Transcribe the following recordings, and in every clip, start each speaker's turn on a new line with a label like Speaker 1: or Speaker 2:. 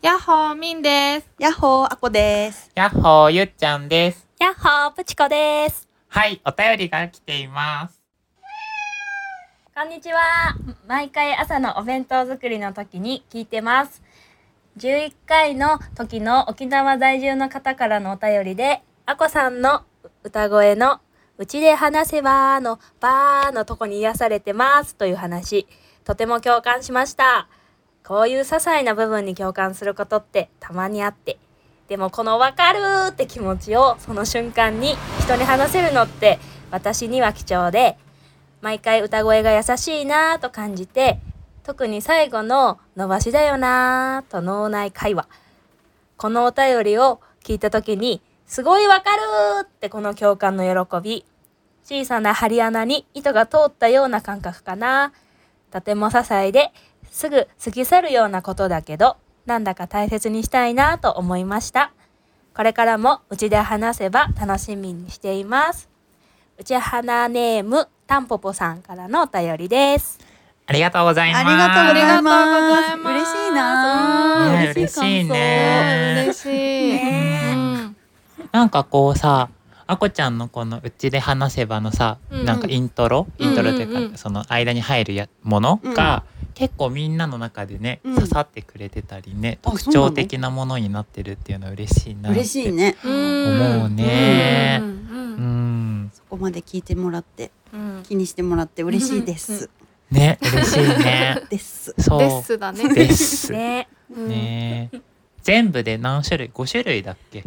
Speaker 1: やっほーみんです。
Speaker 2: ヤッホー、あこです。
Speaker 3: やっほーゆっちゃんです。
Speaker 4: やっほー、ぷちこです。
Speaker 3: はい、お便りが来ています。
Speaker 4: こんにちは。毎回朝のお弁当作りの時に聞いてます。11回の時の沖縄在住の方からのお便りで、あこさんの歌声のうちで話せばーのばーのとこに癒されてますという話、とても共感しました。こういう些細な部分に共感することってたまにあって、でもこのわかるーって気持ちをその瞬間に人に話せるのって私には貴重で、毎回歌声が優しいなぁと感じて特に最後の「伸ばしだよなぁ」と脳内会話このお便りを聞いた時に「すごいわかる!」ってこの共感の喜び小さな針穴に糸が通ったような感覚かなとても些細ですぐ過ぎ去るようなことだけどなんだか大切にしたいなぁと思いましたこれからもうちで話せば楽しみにしていますうちはなネームたんぽぽさんからのお便りです。
Speaker 3: ありがとうございます。
Speaker 2: ありがとうございます。
Speaker 1: ありがとうございます
Speaker 2: 嬉しいな
Speaker 3: ね嬉しいね
Speaker 1: 嬉しい。うん
Speaker 3: なんかこうさ、あこちゃんのこのうちで話せばのさ、
Speaker 1: うんうん
Speaker 3: なんかイントロ、
Speaker 1: うんうん
Speaker 3: イントロというか、
Speaker 1: うんうん
Speaker 3: その間に入るやものが、結構みんなの中でね、
Speaker 2: うん
Speaker 3: 刺さってくれてたりね、
Speaker 2: あ
Speaker 3: 特徴的なものになってるっていうのは嬉しいな。
Speaker 2: 嬉しい。ね。
Speaker 3: 思うね
Speaker 1: う
Speaker 3: うんん。
Speaker 2: ここまで聞いてもらって、
Speaker 4: うん、
Speaker 2: 気にしてもらって嬉しいです。。
Speaker 3: ね、嬉しいね
Speaker 2: です。
Speaker 3: そう。
Speaker 1: ですだね。
Speaker 3: です。
Speaker 4: ね、
Speaker 1: うん
Speaker 3: ねえ全部で何種類 ?5 種類だっけ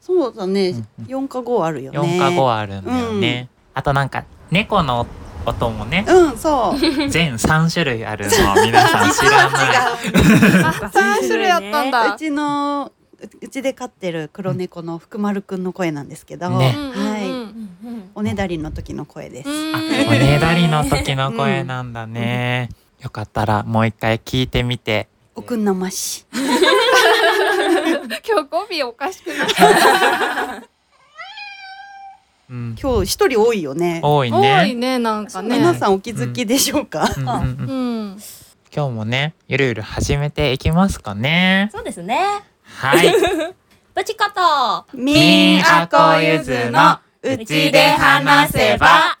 Speaker 2: そうだね
Speaker 3: うん。
Speaker 2: 四か五あるよね。
Speaker 3: 4か5あるんだよね、あとなんか猫の音もね
Speaker 2: うん、そう。
Speaker 3: 全3種類あるのを皆さん知らない
Speaker 1: あ三種類あったん
Speaker 2: う
Speaker 1: だ。
Speaker 2: ちの、うちで飼ってる黒猫の福丸くんの声なんですけど、
Speaker 3: ね
Speaker 1: うん
Speaker 2: はい。おねだりの時の声です。
Speaker 3: あ
Speaker 1: うん
Speaker 3: おねだりの時の声なんだね、よかったらもう一回聞いてみて
Speaker 2: おくんなまし。
Speaker 1: 今日語尾おかしくない。
Speaker 3: うん
Speaker 2: 今日一人多いよね。
Speaker 3: 多い
Speaker 1: 多い
Speaker 3: ね
Speaker 1: ねなんかね。
Speaker 2: 皆さんお気づきでしょうか。
Speaker 3: うんうんうん
Speaker 1: うん。
Speaker 3: 今日もねゆるゆる始めていきますか ね
Speaker 4: そうですね。
Speaker 3: はい
Speaker 4: ぶちこと。
Speaker 3: みんあこゆずの
Speaker 2: う
Speaker 3: ちで話せば。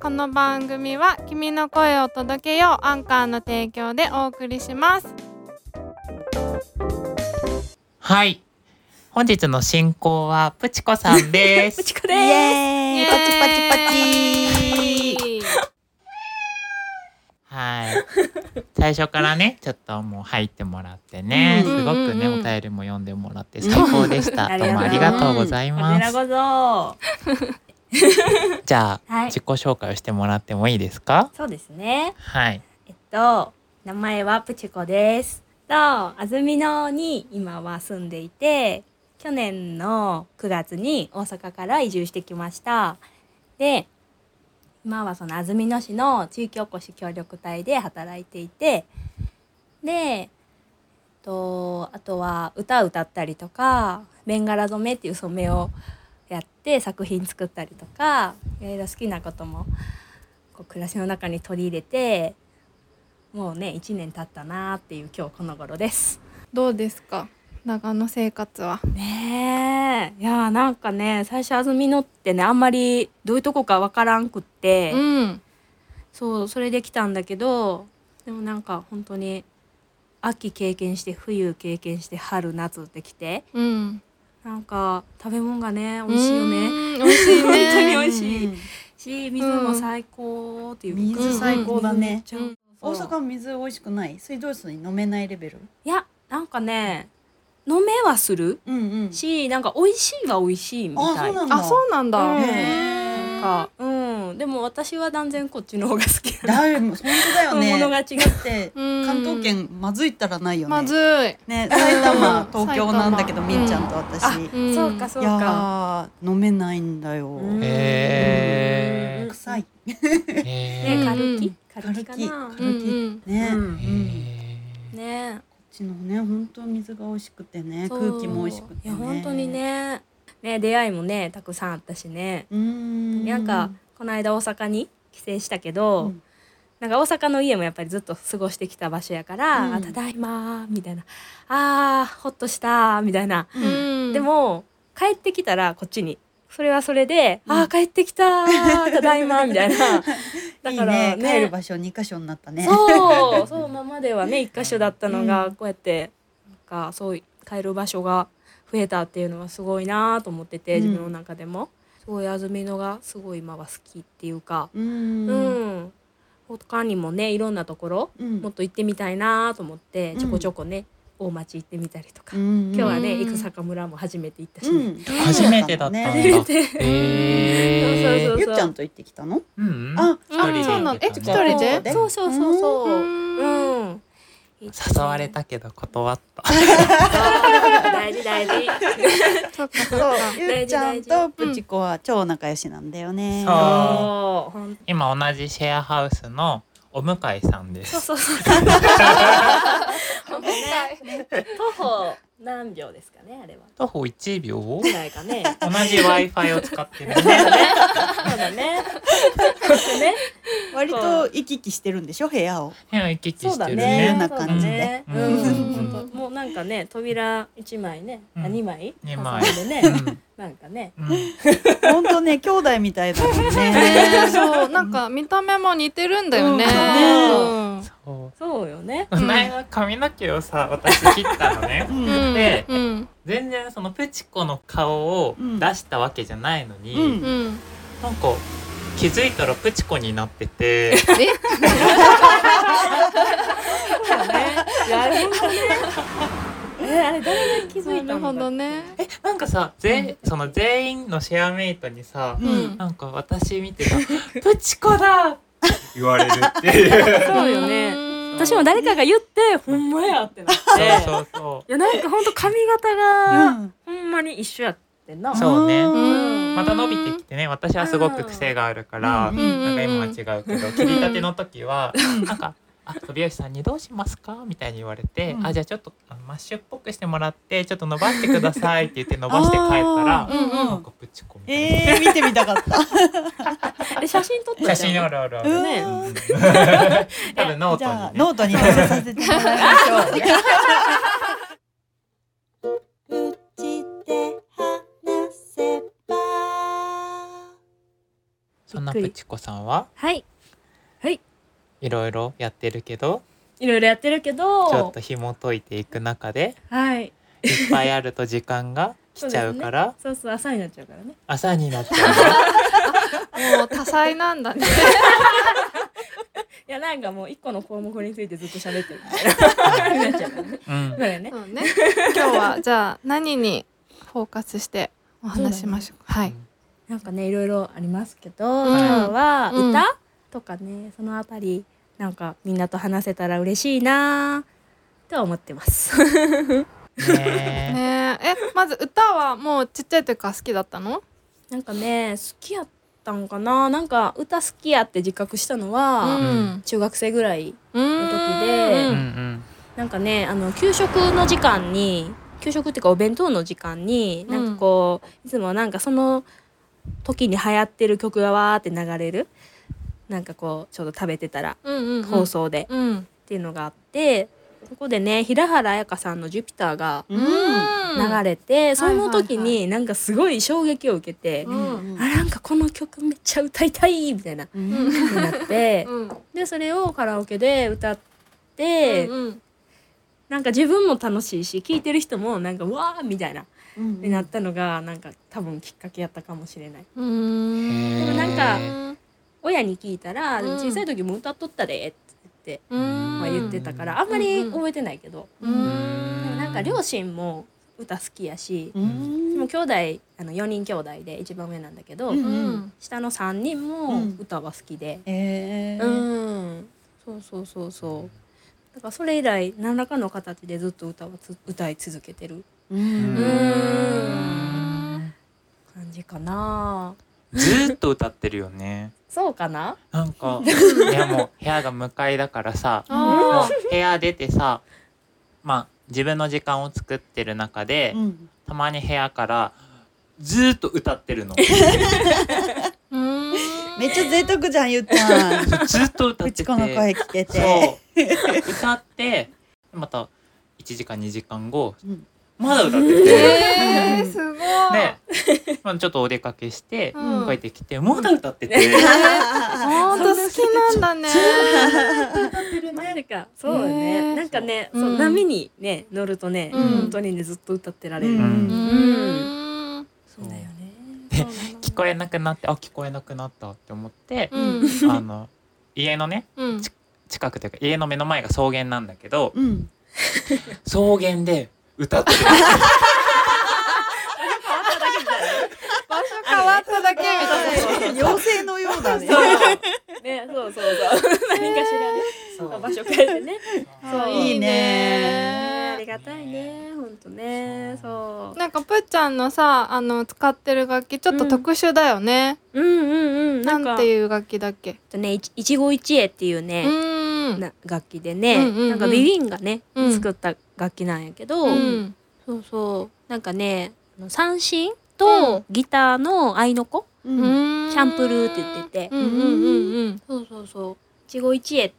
Speaker 1: この番組は君の声を届けようアンカーの提供でお送りします。
Speaker 3: はい本日の進行はプチコさんで
Speaker 4: ぶ
Speaker 3: す
Speaker 4: ちこ
Speaker 2: イ
Speaker 4: で
Speaker 2: エーイパチパチパチ
Speaker 1: チ。
Speaker 3: はい。最初からね、ちょっともう入ってもらってね、
Speaker 2: うん
Speaker 3: すごくね、
Speaker 1: うんうんうん
Speaker 3: お便りも読んでもらって最高でした。
Speaker 4: うん
Speaker 3: どうもありがとうござい
Speaker 4: す。こ
Speaker 3: ま
Speaker 4: ちら
Speaker 3: す。
Speaker 4: こそ。
Speaker 3: じゃあ、
Speaker 4: はい
Speaker 3: 自己紹介をしてもらってもいいですか？
Speaker 4: そうですね。
Speaker 3: はい。
Speaker 4: えっと、名前はぷちこです。と、安曇野に今は住んでいて、去年の9月に大阪から移住してきました。で、今はその安曇野市の地域おこし協力隊で働いていて、で、えっと、あとは歌を歌ったりとか、ベンガラ染めっていう染めをやって作品作ったりとか、いろいろ好きなこともこう暮らしの中に取り入れてもうね1年経ったなーっていう今日この頃です。
Speaker 1: どうですか長野生活は。
Speaker 4: ねえいやーなんかね最初安曇野ってねあんまりどういうとこかわからんくって、
Speaker 1: うん。
Speaker 4: そうそれで来たんだけどでもなんか本当に秋経験して冬経験して春夏って来て
Speaker 1: うん。
Speaker 4: なんか食べ物がね美味しいよね
Speaker 1: うん。美味し いね。
Speaker 4: 本当に美味しい
Speaker 2: うん
Speaker 4: し水も最高っていう、
Speaker 2: うん水
Speaker 1: 最
Speaker 2: 高だね
Speaker 4: 水めっちゃ
Speaker 2: 大
Speaker 4: そう
Speaker 2: 阪水美味しくない水道水飲めないレベル
Speaker 4: いやなんかね飲めはする
Speaker 2: うんうん
Speaker 4: しなんか美味しいは美味しいみ
Speaker 2: あ
Speaker 4: た
Speaker 2: そ
Speaker 4: いう
Speaker 2: なんだ
Speaker 1: あ、そうなんだ。
Speaker 2: うん
Speaker 1: へー
Speaker 4: なんかうんでも私は断然こっちの方が好きな
Speaker 2: だいぶ本当だよね
Speaker 4: 物が違
Speaker 2: だって
Speaker 1: うん
Speaker 2: 関東圏まずいったらないよね
Speaker 1: まずい。
Speaker 2: ね埼 玉
Speaker 1: うん
Speaker 2: 東京なんだけど
Speaker 1: 埼玉
Speaker 2: みっちゃんと私
Speaker 4: あ
Speaker 2: い
Speaker 1: ん
Speaker 4: そうか。そうか
Speaker 2: やー飲めないんだよ
Speaker 4: うん
Speaker 3: へー
Speaker 2: 臭い
Speaker 3: え
Speaker 4: ね
Speaker 1: うん
Speaker 4: カルキカ
Speaker 2: 軽
Speaker 4: ル
Speaker 2: き
Speaker 4: キかな
Speaker 1: うんうん。
Speaker 2: ね
Speaker 4: う
Speaker 2: うんん
Speaker 4: ね
Speaker 2: こっちのね本当水が美味しくてね
Speaker 4: そう
Speaker 2: 空気も美味しくてね
Speaker 4: いや本当にねね出会いもねたくさんあったしね
Speaker 2: うん
Speaker 4: なんかこの間大阪に帰省したけど、
Speaker 2: うん
Speaker 4: なんか大阪の家もやっぱりずっと過ごしてきた場所やから「
Speaker 2: うん
Speaker 4: あただいま」みたいな「あーほっとした」みたいな、
Speaker 1: うん
Speaker 4: でも帰ってきたらこっちにそれはそれで「
Speaker 2: うん
Speaker 4: あー帰ってきたーただいま」みたい なだ
Speaker 2: いい
Speaker 4: から
Speaker 2: ね
Speaker 4: ね
Speaker 2: 帰る場所二箇所になったね
Speaker 4: そうそう今まではね一箇所だったのが、
Speaker 2: うん
Speaker 4: こうやってなんかそう帰る場所が増えたっていうのはすごいなと思ってて、
Speaker 2: うん
Speaker 4: 自分の中でもすごい安曇野がすごい今は好きっていうか
Speaker 2: う
Speaker 4: うんん、他にもねいろんなところ
Speaker 2: うん
Speaker 4: もっと行ってみたいなと思って、
Speaker 2: うん
Speaker 4: ちょこちょこね大町行ってみたりとか、
Speaker 2: 今
Speaker 4: 今日はね
Speaker 1: うん
Speaker 4: 生坂村も初めて行ったし
Speaker 2: う
Speaker 4: ね、
Speaker 2: ん
Speaker 3: 初めてだったんだ。
Speaker 2: 初
Speaker 4: めて
Speaker 3: えー
Speaker 4: そうそうそう
Speaker 2: ゆっちゃんと行ってきたの
Speaker 3: うんうん
Speaker 2: あ
Speaker 3: 一人で
Speaker 1: あそうなのえ
Speaker 3: 行って
Speaker 1: 一
Speaker 3: た
Speaker 1: 人で
Speaker 2: で
Speaker 4: そうそうそうそうう
Speaker 1: ー
Speaker 4: うん
Speaker 3: 誘われたけど断った。
Speaker 4: 大事大事
Speaker 1: そっかそ
Speaker 2: そ
Speaker 1: っ
Speaker 2: う
Speaker 1: か
Speaker 2: ゆっちゃんとプチコは超仲良しなんだよね
Speaker 3: そう
Speaker 4: そうほん
Speaker 3: 今同じシェアハウスのお向かいさんで
Speaker 4: そう
Speaker 3: す。
Speaker 4: そうそう。本当ね。徒歩何秒ですかねあれは。
Speaker 3: 徒歩一秒同
Speaker 4: ぐらいかね。
Speaker 3: じ Wi-Fi を使ってるね。
Speaker 4: そうだね。そうね。
Speaker 2: 割と行き来してるんでしょ部屋を
Speaker 3: 部屋行き来
Speaker 4: そう
Speaker 3: し
Speaker 4: だ
Speaker 3: てる
Speaker 4: ね。
Speaker 3: ね。
Speaker 2: そんな感じで
Speaker 4: そうだねう
Speaker 1: う
Speaker 4: ん
Speaker 1: ん
Speaker 4: 本当もうなんかね扉一枚ね、あ
Speaker 3: うん
Speaker 4: 二枚
Speaker 3: 二枚
Speaker 4: 挟んで
Speaker 3: う
Speaker 4: ね
Speaker 3: ん
Speaker 4: なんかね。
Speaker 3: うん
Speaker 2: 本当ね兄弟みたいだもんね
Speaker 1: ねそうなんか見た目も似てるんだよね。
Speaker 4: うん
Speaker 3: そ
Speaker 4: そうよね。
Speaker 3: う
Speaker 1: うん
Speaker 3: 前は髪の毛をさ私切ったのね
Speaker 2: う
Speaker 1: うんん
Speaker 3: で
Speaker 1: うん
Speaker 3: 全然そのプチコの顔を出したわけじゃないのに、
Speaker 2: うん
Speaker 1: うん。
Speaker 3: なんか気づいたらプチコになってて
Speaker 1: え
Speaker 4: そうだね。いやあ れ本当ね。えあれ誰が気づいた
Speaker 1: なる
Speaker 4: んだっけ
Speaker 1: ほど。ね。
Speaker 3: えなんかさ全その全員のシェアメイトにさ
Speaker 2: う、ん
Speaker 3: なんか私見てさ「プチコだ!」って言われるっていう
Speaker 4: そうよね。
Speaker 1: ん
Speaker 4: 私も誰かが言ってほんまやってなって。
Speaker 3: そうそうそ
Speaker 4: いやなんかほんと髪型が。ほんまに一緒やってんな。
Speaker 3: うそうね
Speaker 2: うん
Speaker 1: うん
Speaker 3: また伸びてきてね私はすごく癖があるから、
Speaker 2: うん
Speaker 3: なんか今は違うけど切りたての時はなんか「あ美容師さんにどうしますか?」みたいに言われて「
Speaker 2: うん
Speaker 3: あじゃあちょっとあのマッシュっぽくしてもらってちょっと伸ばしてください」って言って伸ばして帰ったら
Speaker 1: ー
Speaker 2: あ
Speaker 1: うんうん
Speaker 3: なんかプチコみたいな、
Speaker 2: えー見てみたかった
Speaker 4: え写真撮ったじゃ
Speaker 3: 写
Speaker 4: ん
Speaker 3: 真あるあるあ
Speaker 2: う
Speaker 3: る
Speaker 2: ん
Speaker 3: ね。うん多分ノー
Speaker 2: じ
Speaker 3: ト
Speaker 2: ゃあ
Speaker 3: にね
Speaker 2: ノートに載せさせてもらいましょううちで話せば
Speaker 3: そんなプチコさんは
Speaker 4: はい。はい。
Speaker 3: いろいろやってるけど
Speaker 4: いろいろやってるけ
Speaker 3: ちょっ
Speaker 4: ど
Speaker 3: と、紐解いていく中で
Speaker 4: はい。
Speaker 3: いっぱいあると時間が来ちゃうから
Speaker 4: そうそう、朝になっちゃうからね。
Speaker 3: 朝になっちゃう
Speaker 1: もう多彩なんだね。
Speaker 4: いや、なんかもう一個の項目についてずっと喋ってるみた いな。なっちゃうからね。
Speaker 3: の。うん
Speaker 4: そうだよね。
Speaker 1: そうね。今日はじゃあ何にフォーカスしてお話ししましょう。はい。
Speaker 4: なんかね、いろいろありますけど、
Speaker 1: うん
Speaker 4: 今日は
Speaker 1: うん
Speaker 4: 歌とかね、そのあたり、なんかみんなと話せたら嬉しいなとは思ってます。
Speaker 3: ねえ
Speaker 1: ねえ、えまず歌はもうちっちゃい時から好きだったの？
Speaker 4: なんかね、好きやったんかななんか歌好きやって自覚したのは、
Speaker 1: ん。
Speaker 4: 中学生ぐらい
Speaker 1: うん。
Speaker 4: 時で
Speaker 3: う
Speaker 1: うん
Speaker 3: うんん
Speaker 4: なんかねあの給食の時間に給食っていうかお弁当の時間に
Speaker 1: う
Speaker 4: なんんかこう、いつもなんかその時に流行ってる曲がわーって流れるなんかこうちょうど食べてたら
Speaker 1: うんうん。
Speaker 4: 放。送で、っ
Speaker 1: うん。
Speaker 4: ていうのがあってそこでね平原綾香さんの「ジュピター」が
Speaker 2: う
Speaker 1: うん
Speaker 4: 流
Speaker 1: 流。
Speaker 4: れて、そ
Speaker 1: はいはい
Speaker 4: の時になんかすごい衝撃を受けて、
Speaker 1: う
Speaker 2: うん
Speaker 4: あなんかこの曲めっちゃ歌いたいみたいな
Speaker 2: うん
Speaker 1: うん。
Speaker 4: になって、
Speaker 1: うん。
Speaker 4: でそれをカラオケで歌って。
Speaker 1: うん
Speaker 4: なんか自分も楽しいし聞いてる人もなんかわーみたいなになったのがなんか多分きっかけやったかもしれない
Speaker 1: うん。
Speaker 4: でもなんか
Speaker 1: うん
Speaker 4: 親に聞いたら「
Speaker 1: うん
Speaker 4: でも小さい時も歌っとったで」って言って、
Speaker 1: うん。
Speaker 4: まあ、言ってたからあんまり覚えてないけど、
Speaker 1: う
Speaker 4: でも
Speaker 1: ん。
Speaker 4: なんか両親も歌好きやし、
Speaker 2: うん
Speaker 4: でも兄弟あの4人兄弟で一番上なんだけど、
Speaker 2: うん
Speaker 4: 下の3人
Speaker 2: う
Speaker 4: も
Speaker 2: ん
Speaker 4: 歌は好きで、
Speaker 2: えー
Speaker 4: うん、そうそうそうそうだからそれ以来何らかの形でずっと歌はつ歌い続けてる
Speaker 2: う
Speaker 3: うん
Speaker 2: ん
Speaker 1: ん
Speaker 4: 感じかな
Speaker 3: ずーっと歌ってるよね。
Speaker 4: そうかな
Speaker 3: なんか、いやもう部屋が向かいだからさ、も
Speaker 1: あ
Speaker 3: う部屋出てさ、まあ自分の時間を作ってる中で、
Speaker 2: うん
Speaker 3: たまに部屋からずーっと歌ってるの
Speaker 1: うーん
Speaker 2: めっちゃ贅沢じゃんゆったん
Speaker 3: ずーっと歌っ
Speaker 2: う
Speaker 3: て
Speaker 2: ち
Speaker 3: て
Speaker 2: この声聞けて
Speaker 3: そう歌ってまた1時間2時間後、
Speaker 2: うん
Speaker 3: まだ歌ってて
Speaker 1: えー、すごい。
Speaker 3: で、まあ、ちょっとお出かけして
Speaker 1: うん
Speaker 3: 帰ってきて、まだ歌ってて、
Speaker 1: 本当好きなんだね。
Speaker 4: なんかそうだ
Speaker 1: ね
Speaker 4: ねなんかね、そう
Speaker 1: うん
Speaker 4: 波にね乗るとね、
Speaker 1: うん
Speaker 4: 本当にねずっと歌ってられる、
Speaker 2: う
Speaker 1: うー
Speaker 2: ん
Speaker 1: ん。
Speaker 4: そうだよね
Speaker 3: 聞こえなくなってあ聞こえなくなったって思って、
Speaker 1: うん。
Speaker 3: あの家のね
Speaker 1: うん。
Speaker 3: 近くというか家の目の前が草原なんだけど
Speaker 2: うん
Speaker 3: 草原で歌ってる
Speaker 1: 場所変わっただけみたいな。
Speaker 2: 妖精のようだね
Speaker 4: ねそうそうそう何かしらね
Speaker 3: そう
Speaker 4: 場所変えてね
Speaker 1: あ
Speaker 4: そう
Speaker 2: いい
Speaker 4: あり
Speaker 1: ね
Speaker 4: がたいね本当ねそう
Speaker 1: なんかぷっちゃんのさあの使ってる楽器ちょっと特殊だよね、
Speaker 4: うんうんうん
Speaker 1: な
Speaker 4: なん
Speaker 1: ん
Speaker 4: か
Speaker 1: て
Speaker 4: えっ
Speaker 1: いう楽器だっけ
Speaker 4: とねいち一期一会っていう
Speaker 1: う
Speaker 4: ね、
Speaker 1: ーん
Speaker 4: な楽器でね、
Speaker 1: うんうんうん
Speaker 4: なんかビビンがね、
Speaker 1: うん
Speaker 4: 作った楽器なんやけど、
Speaker 1: うん
Speaker 4: そうそうなんかねあの三振とギターの合いの子、
Speaker 2: う
Speaker 1: うんーん
Speaker 4: シャンプルーって言ってて
Speaker 1: うんうんうん
Speaker 4: そうそうそう一期一会っ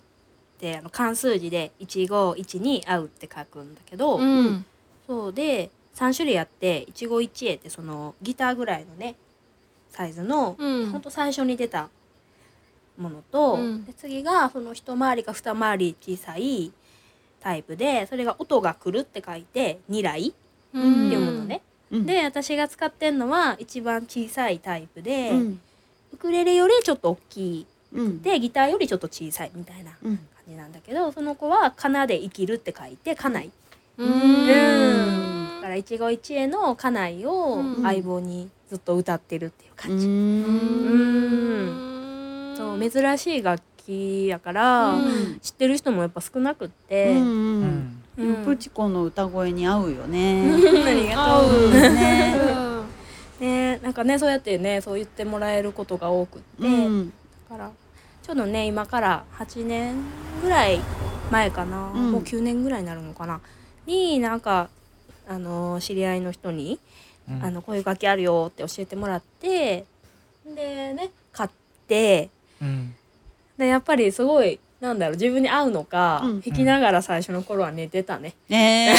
Speaker 4: てあの漢数字で一五一に合うって書くんだけど、
Speaker 1: うんうん
Speaker 4: そうで3種類あって一期一会ってそのギターぐらいのねサイズの、
Speaker 1: うん
Speaker 4: ほんと最初に出たものと、
Speaker 1: うん
Speaker 4: で次がその一回りか二回り小さいタイプでそれが「音が来る」って書いて「二来」って読むのね。
Speaker 2: うん
Speaker 4: で私が使ってんのは一番小さいタイプで、
Speaker 2: うん
Speaker 4: ウクレレよりちょっと大きい
Speaker 2: うん
Speaker 4: でギターよりちょっと小さいみたいな感
Speaker 2: うん
Speaker 4: じなんだけどその子は「かなで生きる」って書いて「かない」
Speaker 1: う
Speaker 4: だ
Speaker 1: ん
Speaker 4: から一期一会の家内を
Speaker 1: うん
Speaker 4: 相棒にずっと歌ってるっていう
Speaker 2: う
Speaker 4: 感じ、
Speaker 2: ん
Speaker 1: うん
Speaker 4: そう珍しい楽器やから、
Speaker 1: うん
Speaker 4: 知ってる人もやっぱ少なくっ
Speaker 2: う
Speaker 4: て、
Speaker 3: うんん
Speaker 4: う
Speaker 2: うん
Speaker 4: ん
Speaker 2: プチコの歌声に合うよね
Speaker 4: うんありがとう
Speaker 1: う
Speaker 2: ね
Speaker 1: ん
Speaker 4: ねなんかねそうやってねそう言ってもらえることが多くって、
Speaker 2: うん
Speaker 4: だからちょうどね今から8年ぐらい前かな、
Speaker 2: うん
Speaker 4: もう9年ぐらいになるのかなになんかあの知り合いの人に
Speaker 3: うん
Speaker 4: あのこういう楽器あるよって教えてもらってでね買って
Speaker 3: うん
Speaker 4: でやっぱりすごいなんだろう自分に合うのか、
Speaker 2: うん
Speaker 4: 弾きながら最初の頃は寝てたね。
Speaker 2: ね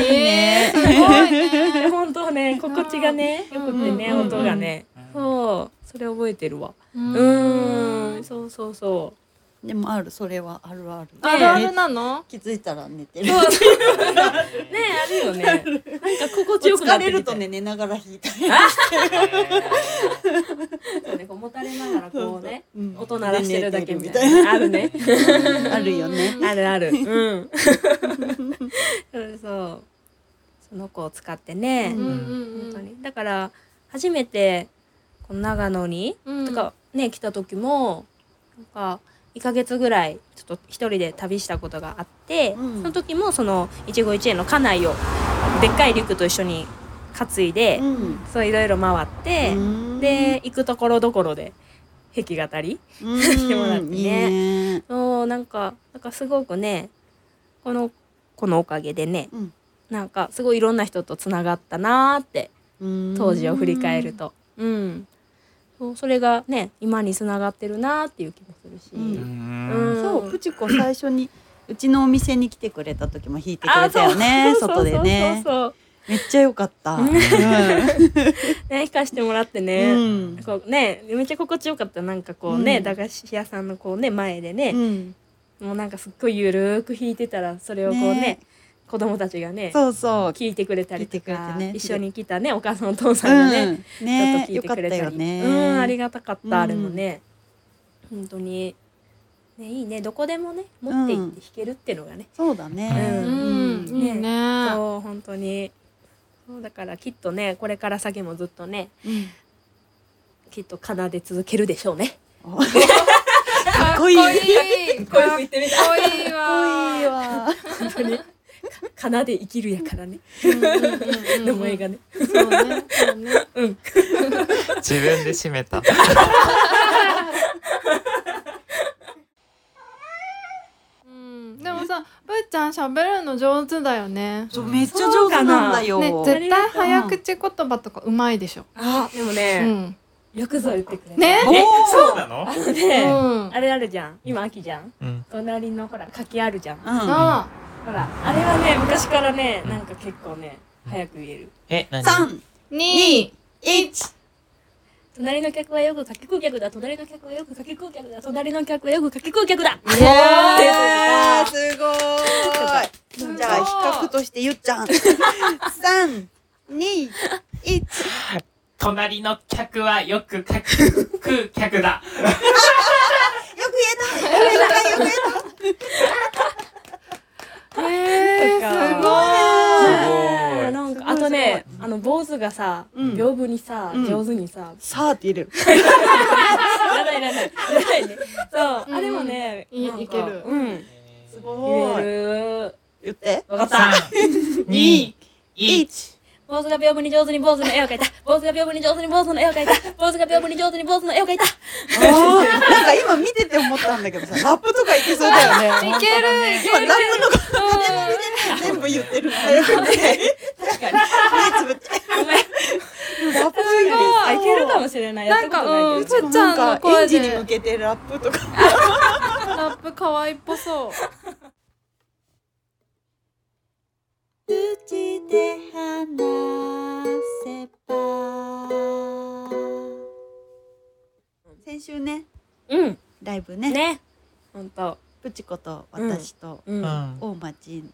Speaker 2: えいい
Speaker 1: えーす
Speaker 2: ね
Speaker 1: ごいね
Speaker 4: で本当ね心地がねよくてね、
Speaker 1: うん
Speaker 4: 音がね、
Speaker 3: うん
Speaker 4: そうそれ覚えてるわ。
Speaker 1: う
Speaker 4: うんーんそうそうそう。
Speaker 2: でもあるそれはあるある
Speaker 1: あるあるなの
Speaker 2: 気づいたら寝てる
Speaker 4: ねあるよね。なんか心地よくなっ
Speaker 2: 疲
Speaker 4: て
Speaker 2: れ
Speaker 4: き
Speaker 2: る
Speaker 4: た
Speaker 2: とね寝ながら弾いたり
Speaker 4: そうねこうもたれながらこうね
Speaker 2: うん
Speaker 4: 音鳴らしてるだけみた
Speaker 2: で寝て
Speaker 4: いなあるね
Speaker 2: あるよね
Speaker 4: あるあるうん そうそうその子を使ってね、
Speaker 1: うんうん
Speaker 4: 本当
Speaker 1: うん
Speaker 4: にだから初めてこの長野に、
Speaker 1: うん
Speaker 4: とかね来た時もなんか1ヶ月ぐらいちょっと一人で旅したことがあって、
Speaker 2: うん
Speaker 4: その時もその一期一会の家内をでっかいリュックと一緒に担いで、
Speaker 2: うん
Speaker 4: そういろいろ回って、
Speaker 2: うん
Speaker 4: で行くところどころで弾き語り
Speaker 2: うん
Speaker 4: してもらってね
Speaker 2: いいね
Speaker 4: そうなんかなんかすごくねこの子のおかげでね
Speaker 2: うん
Speaker 4: なんかすごいいろんな人とつながったなーって
Speaker 2: うん
Speaker 4: 当時を振り返るとうん、そうそれがね今につながってるなーっていう気もするし、
Speaker 2: うん
Speaker 3: うん
Speaker 2: そうプチコ最初にうちのお店に来てくれた時も弾いてくれたよね
Speaker 4: そう
Speaker 2: 外でね
Speaker 4: そうそう
Speaker 2: めっちゃ良かった
Speaker 4: うん
Speaker 2: う
Speaker 4: そうね弾かしてもらってね、
Speaker 2: ん
Speaker 4: こうね、めっちゃ心地よかったなんかこうね、
Speaker 2: うん
Speaker 4: 駄菓子屋さんのこうね前で
Speaker 2: う
Speaker 4: ね、
Speaker 2: ん
Speaker 4: もうなんかすっごいゆるーく弾いてたらそれをこうね
Speaker 2: ね
Speaker 4: 子供たちがね
Speaker 2: そうそう
Speaker 4: 聞いてくれたりと
Speaker 2: 聞いて
Speaker 4: か、
Speaker 2: くれてね
Speaker 4: 一緒に来たねお母さんお父さんがね、
Speaker 2: うん
Speaker 4: ちょっ
Speaker 2: ね
Speaker 4: と聞い
Speaker 2: 良
Speaker 4: て
Speaker 2: かっ
Speaker 4: く
Speaker 2: た
Speaker 4: れたり
Speaker 2: よね
Speaker 4: うんありがたかった、
Speaker 2: うん
Speaker 4: あれもね本当にねいいねどこでもね持って行って弾けるっていうのがね、
Speaker 2: そうだね
Speaker 1: う
Speaker 4: うん
Speaker 1: いいね
Speaker 4: そう本当にそうだからきっとねこれから先もずっとね
Speaker 2: うん
Speaker 4: きっと奏で続けるでしょうね。
Speaker 2: おかっこいい
Speaker 1: かっこいいかっこい
Speaker 4: てみ
Speaker 1: い
Speaker 2: かっこいい
Speaker 1: わ
Speaker 2: わ
Speaker 4: 本当にか奏で生きるやからね
Speaker 1: うん
Speaker 4: 名前がね。
Speaker 1: そうねそうね
Speaker 3: 自分で締めた
Speaker 1: うんでもさぶーちゃん喋るの上手だよね。
Speaker 2: そうめっちゃ上手なんだよ。
Speaker 1: ね
Speaker 2: ね、
Speaker 1: 絶対早口言葉とかうまいでしょ。
Speaker 5: あでも
Speaker 1: う
Speaker 5: ね、
Speaker 1: ん。
Speaker 4: よくぞ言ってくれた
Speaker 1: ね。
Speaker 3: え、そうなの
Speaker 4: あの
Speaker 1: う
Speaker 4: ね、
Speaker 1: ん。
Speaker 4: あれあるじゃん今秋じゃん
Speaker 3: うん。
Speaker 4: 隣のほら柿あるじゃんほ
Speaker 2: うん、
Speaker 1: あ
Speaker 4: らあれはね昔からねなんか結構ね早く言える
Speaker 3: え、何
Speaker 2: 三
Speaker 1: に
Speaker 2: 一
Speaker 4: 隣の客はよくかけ顧客だ隣の客はよくかけ顧客だ隣の客はよくかけ顧客だ
Speaker 2: イエーイすごーい。じゃあ比較としてゆっ ちゃん三二一
Speaker 3: 隣の客はよくかく客だ。
Speaker 2: よく言えたよく言えたよく 言えた
Speaker 1: えー、すごい。
Speaker 4: ねえなんかあとねあの坊主がさ
Speaker 2: うん
Speaker 4: 屏風にさ
Speaker 2: うん
Speaker 4: 上手にさ
Speaker 2: さあって入れる。
Speaker 4: いらないいらないいらないねそうあれもね
Speaker 1: うんい
Speaker 4: なんか
Speaker 1: いける
Speaker 4: うん
Speaker 2: す
Speaker 4: 言
Speaker 2: ごい。
Speaker 4: える
Speaker 2: 言って。
Speaker 4: わかった
Speaker 3: 三、二、一。
Speaker 4: 坊主が屏風に上手に坊主の絵を描いた坊主が屏風に上手に坊主の絵を描いた坊主が屏風に上手に坊主の絵を描いた
Speaker 2: おーなんか今見てて思ったんだけどさ、ラップとかいけそうだよね。
Speaker 1: いける、いけ
Speaker 2: 今ラッ
Speaker 1: る。
Speaker 2: プのこと全部言ってるんだよ。確かに。目つぶって。
Speaker 4: ごめん
Speaker 2: ラップ
Speaker 4: あいけるかもしれないやったことないけど
Speaker 1: なんか
Speaker 2: ちゃん
Speaker 1: なん
Speaker 2: の
Speaker 1: か
Speaker 2: 声
Speaker 1: エ
Speaker 2: エ
Speaker 1: ン
Speaker 2: ン
Speaker 1: ジ
Speaker 2: ジ
Speaker 1: に
Speaker 2: に
Speaker 1: 向
Speaker 2: 向けてラップとか。
Speaker 1: ラップ可愛いっぽそう。
Speaker 2: 口で話せば。先週ね、
Speaker 4: うん
Speaker 2: ライブね、
Speaker 4: ね本当
Speaker 2: プチコと私と
Speaker 4: う
Speaker 3: うんん。
Speaker 2: 大町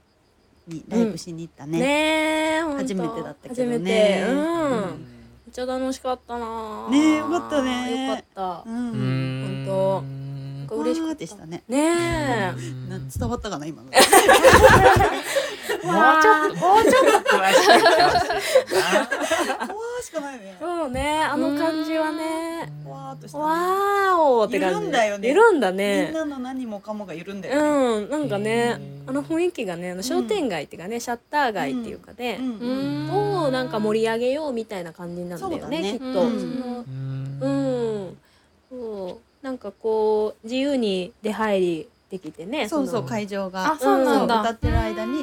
Speaker 2: にライブしに行ったね。
Speaker 4: ねえほんと
Speaker 2: 初めてだったけどね
Speaker 4: 初めてう
Speaker 2: うん
Speaker 4: めっちゃ楽しかったな
Speaker 2: ねえよかったね
Speaker 4: よかっ
Speaker 2: う。
Speaker 4: た
Speaker 3: うんん。
Speaker 4: ほなんか
Speaker 2: わ
Speaker 4: 嬉しか
Speaker 2: ー
Speaker 4: った
Speaker 2: でしたね。
Speaker 4: ねえ
Speaker 2: な
Speaker 3: もうち
Speaker 2: 伝わったかな今の。
Speaker 3: ょっと、もうちょっと詳しく言ってほしいな。
Speaker 2: わーしかないね。
Speaker 4: そうねあの感じはね
Speaker 2: わーっとした、ね。
Speaker 4: わーおーって感じ
Speaker 2: 緩んだよね
Speaker 4: 緩んだ
Speaker 2: み
Speaker 4: ね
Speaker 2: んなの何もかもが緩んだよね。
Speaker 4: うんなんかね
Speaker 3: うん
Speaker 4: あの雰囲気がねあの商店街っていうかねシャッター街っていうかね
Speaker 2: うん
Speaker 1: う
Speaker 2: うん
Speaker 1: ん。
Speaker 4: をなんか盛り上げようみたいな感じなんだ
Speaker 2: そ
Speaker 4: よ
Speaker 2: うだね
Speaker 4: ねきっと
Speaker 1: う
Speaker 4: うんん
Speaker 3: う
Speaker 4: うんそうなんかこう自由に出入りできてね
Speaker 2: そうそ
Speaker 4: の
Speaker 2: う会場
Speaker 1: あ、
Speaker 2: が
Speaker 1: そうなんだ。
Speaker 2: 歌ってる間に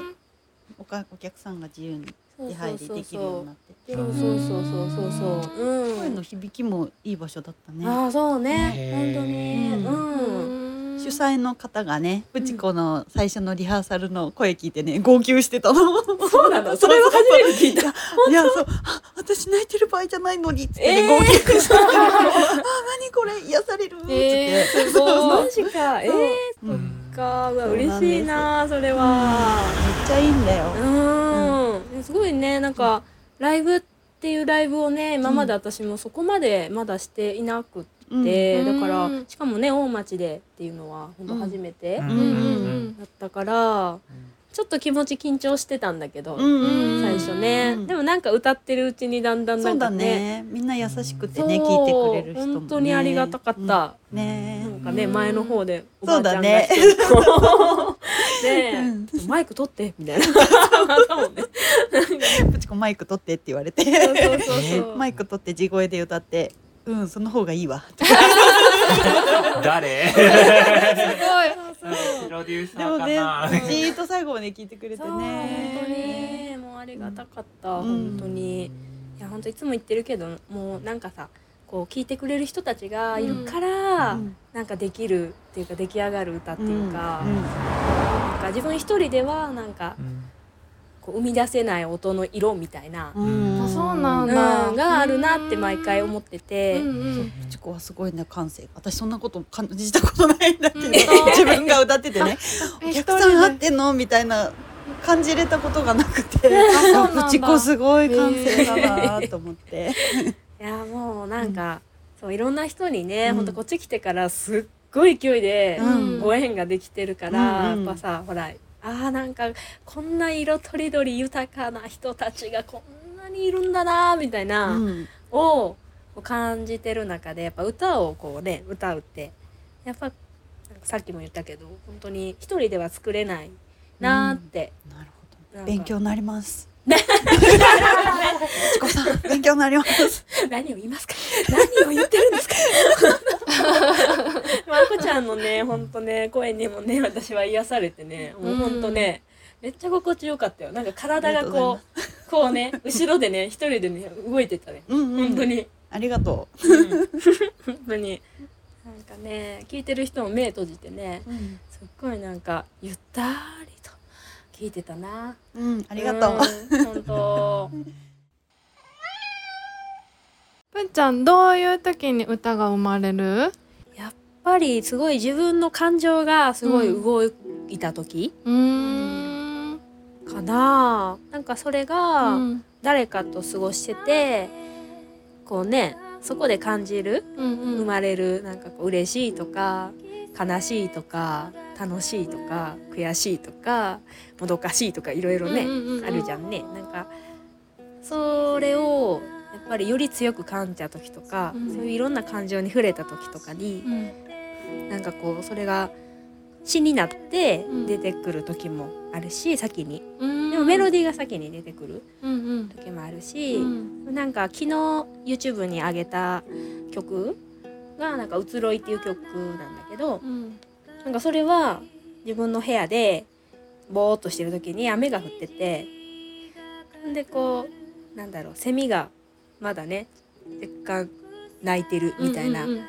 Speaker 2: おかお客さんが自由に出入りできるようになってて、
Speaker 4: そうそうそうそうそうそうそううん
Speaker 2: 声の響きもいい場所だったね。
Speaker 4: ああそうね
Speaker 3: ね
Speaker 4: 本当に
Speaker 2: う
Speaker 4: うん
Speaker 2: 主催の方がね、プチコの最初のリハーサルの声聞いてね、号泣してたの。
Speaker 4: そうな のそれは初めて聞いた
Speaker 2: いや、そう、あ私泣いてる場合じゃないのにっつってね、
Speaker 4: えー
Speaker 2: 号泣した。 あ、何これ癒されるっつって。
Speaker 1: えー、すご
Speaker 4: マ
Speaker 1: い。
Speaker 4: ジかえー
Speaker 2: うんめっ
Speaker 4: かうわ嬉しいなそれは
Speaker 2: ちゃいいんだよ
Speaker 4: う。ん、すごいねなんかライブっていうライブをね今まで私もそこまでまだしていなく
Speaker 2: うん
Speaker 4: て、
Speaker 1: うん
Speaker 4: だか
Speaker 1: うん
Speaker 4: らしかもね大町でっていうのは本当初めて
Speaker 3: う
Speaker 4: だ
Speaker 1: うんうん
Speaker 4: ったから、ちょっと気持ち緊張してたんだけど、
Speaker 2: うんうん
Speaker 4: 最初ね、
Speaker 2: うん
Speaker 4: でもなんか歌ってるうちにだんだんな
Speaker 2: そうんだ
Speaker 4: かね
Speaker 2: ねみんな優しくて
Speaker 4: そう
Speaker 2: ね聞いてくれる人も、ね、
Speaker 4: 本当にありがたかった、
Speaker 2: うん、ね
Speaker 4: なんかね前の方でおば
Speaker 2: そう
Speaker 4: あちゃ
Speaker 2: だ
Speaker 4: んがし
Speaker 2: ね
Speaker 4: てる こうねえ
Speaker 2: うん
Speaker 4: マイク取ってみたいなだもんね
Speaker 2: プチコマイク取ってって言われ
Speaker 4: そうそ
Speaker 2: て
Speaker 4: うそうそう
Speaker 2: マイク取って地声で歌ってうんその方がいいわって
Speaker 3: 誰
Speaker 1: すごい。
Speaker 3: プロデューサ
Speaker 2: でも
Speaker 3: ー
Speaker 2: ね
Speaker 3: かな。
Speaker 2: じーっと最後まで聞いてくれて
Speaker 4: そう本
Speaker 2: ね
Speaker 4: 当にもうありがたかった、
Speaker 2: ん
Speaker 4: 本当にいや本当いつも言ってるけどもうなんかさこう聞いてくれる人たちがいるから、
Speaker 2: うん
Speaker 4: なんかできるっていうか出来上がる歌っていうか,、
Speaker 2: うん
Speaker 4: なんか自分一人ではなんかこう生み出せない音の色みたいな、
Speaker 2: うん
Speaker 1: あ、そうな
Speaker 4: うんん
Speaker 1: だ。
Speaker 4: があるなって毎回思ってて、
Speaker 1: うんうん。
Speaker 2: プチコはすごいね感性私そんなこと感じたことないんだけど、
Speaker 1: うん
Speaker 2: 自分が歌って てね
Speaker 1: え
Speaker 2: お
Speaker 1: 一
Speaker 2: 客さん
Speaker 1: 人
Speaker 2: 合っ
Speaker 1: で。
Speaker 2: てんのみたいな感じれたことがなくて
Speaker 1: そうなんだ
Speaker 2: プチコすごい感性だなと思って。
Speaker 4: いやもうなんか、そういろんな人にね、
Speaker 2: うん
Speaker 4: ほんとこっち来てからすっごい勢いで
Speaker 2: うん
Speaker 4: ご縁ができてるから、
Speaker 2: うんうん
Speaker 4: やっぱさほらあーなんかこんな色とりどり豊かな人たちがこんなにいるんだなーみたいな、
Speaker 2: うん
Speaker 4: を感じてる中でやっぱ歌をこうね歌うってやっぱなんかさっきも言ったけど本当に一人では作れないなーって、
Speaker 2: なるほど
Speaker 4: なんか
Speaker 2: 勉強になります。ちこさん、勉強になります。
Speaker 4: 何を言いますか何を言ってるんです かまこちゃんのねほんとね声にもね私は癒されてねもうほんとね、めっちゃ心地よかったよなんか体がこうこうね後ろでね一人でね動いてたね
Speaker 2: うんうん
Speaker 4: 本当に、
Speaker 2: ありがとう。
Speaker 4: 本当になんかね聞いてる人も目閉じてねすっごいなんかゆったりと聞いてたな
Speaker 2: うん、ありがとう。
Speaker 4: うん本当
Speaker 1: ぶんちゃんどういう時に歌が生まれる
Speaker 4: やっぱりすごい自分の感情がすごい動いた時
Speaker 1: うーん
Speaker 4: かな、なんかそれ
Speaker 1: う
Speaker 4: が
Speaker 1: ん
Speaker 4: 誰かと過ごしてて、こうねそこで感じる
Speaker 1: うんうん
Speaker 4: 生まれるなんかこう嬉しいとか悲しいとか楽しいとか悔しいとかもどかしいとかいろいろ
Speaker 1: う
Speaker 4: ね、
Speaker 1: んうんうん
Speaker 4: あるじゃんねなんかそれをやっぱりより強く感じた時とか、
Speaker 1: うん
Speaker 4: そういういろんな感情に触れた時とかに
Speaker 1: う、ん
Speaker 4: なんかこうそれが詩になって
Speaker 1: うん
Speaker 4: 出てくる時もあるし、先に
Speaker 1: うん
Speaker 4: でもメロディーが先に出てくる
Speaker 1: うんうん
Speaker 4: 時もある
Speaker 1: う
Speaker 4: し、
Speaker 1: ん
Speaker 4: なんか昨日 YouTube に上げた曲がなんか「移ろい」っていう曲なんだけど
Speaker 1: うん
Speaker 4: なんかそれは自分の部屋でぼーっとしてる時に雨が降っててんでこうなんだろうセミがまだね若干鳴いてるみたいな、
Speaker 1: うんうん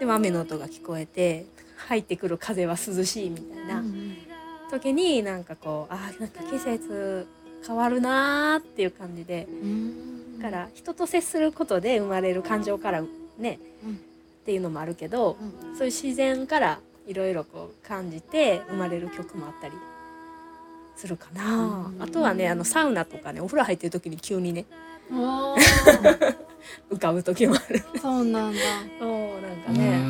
Speaker 4: でも雨の音が聞こえて入ってくる風は涼しいみたいな時になんかこうあーなんか季節変わるなーっていう感じで
Speaker 1: うん
Speaker 4: だから人と接することで生まれる感情からね、
Speaker 2: うん
Speaker 4: っていうのもあるけど、
Speaker 2: う
Speaker 4: そういう自然からいろいろこう感じて生まれる曲もあったりするかな、あとはねあのサウナとかねお風呂入ってる時に急にね
Speaker 1: おー
Speaker 4: 浮かぶ時もある
Speaker 1: そうなんだ
Speaker 4: そうなんか
Speaker 3: う
Speaker 4: ね
Speaker 3: ん
Speaker 4: う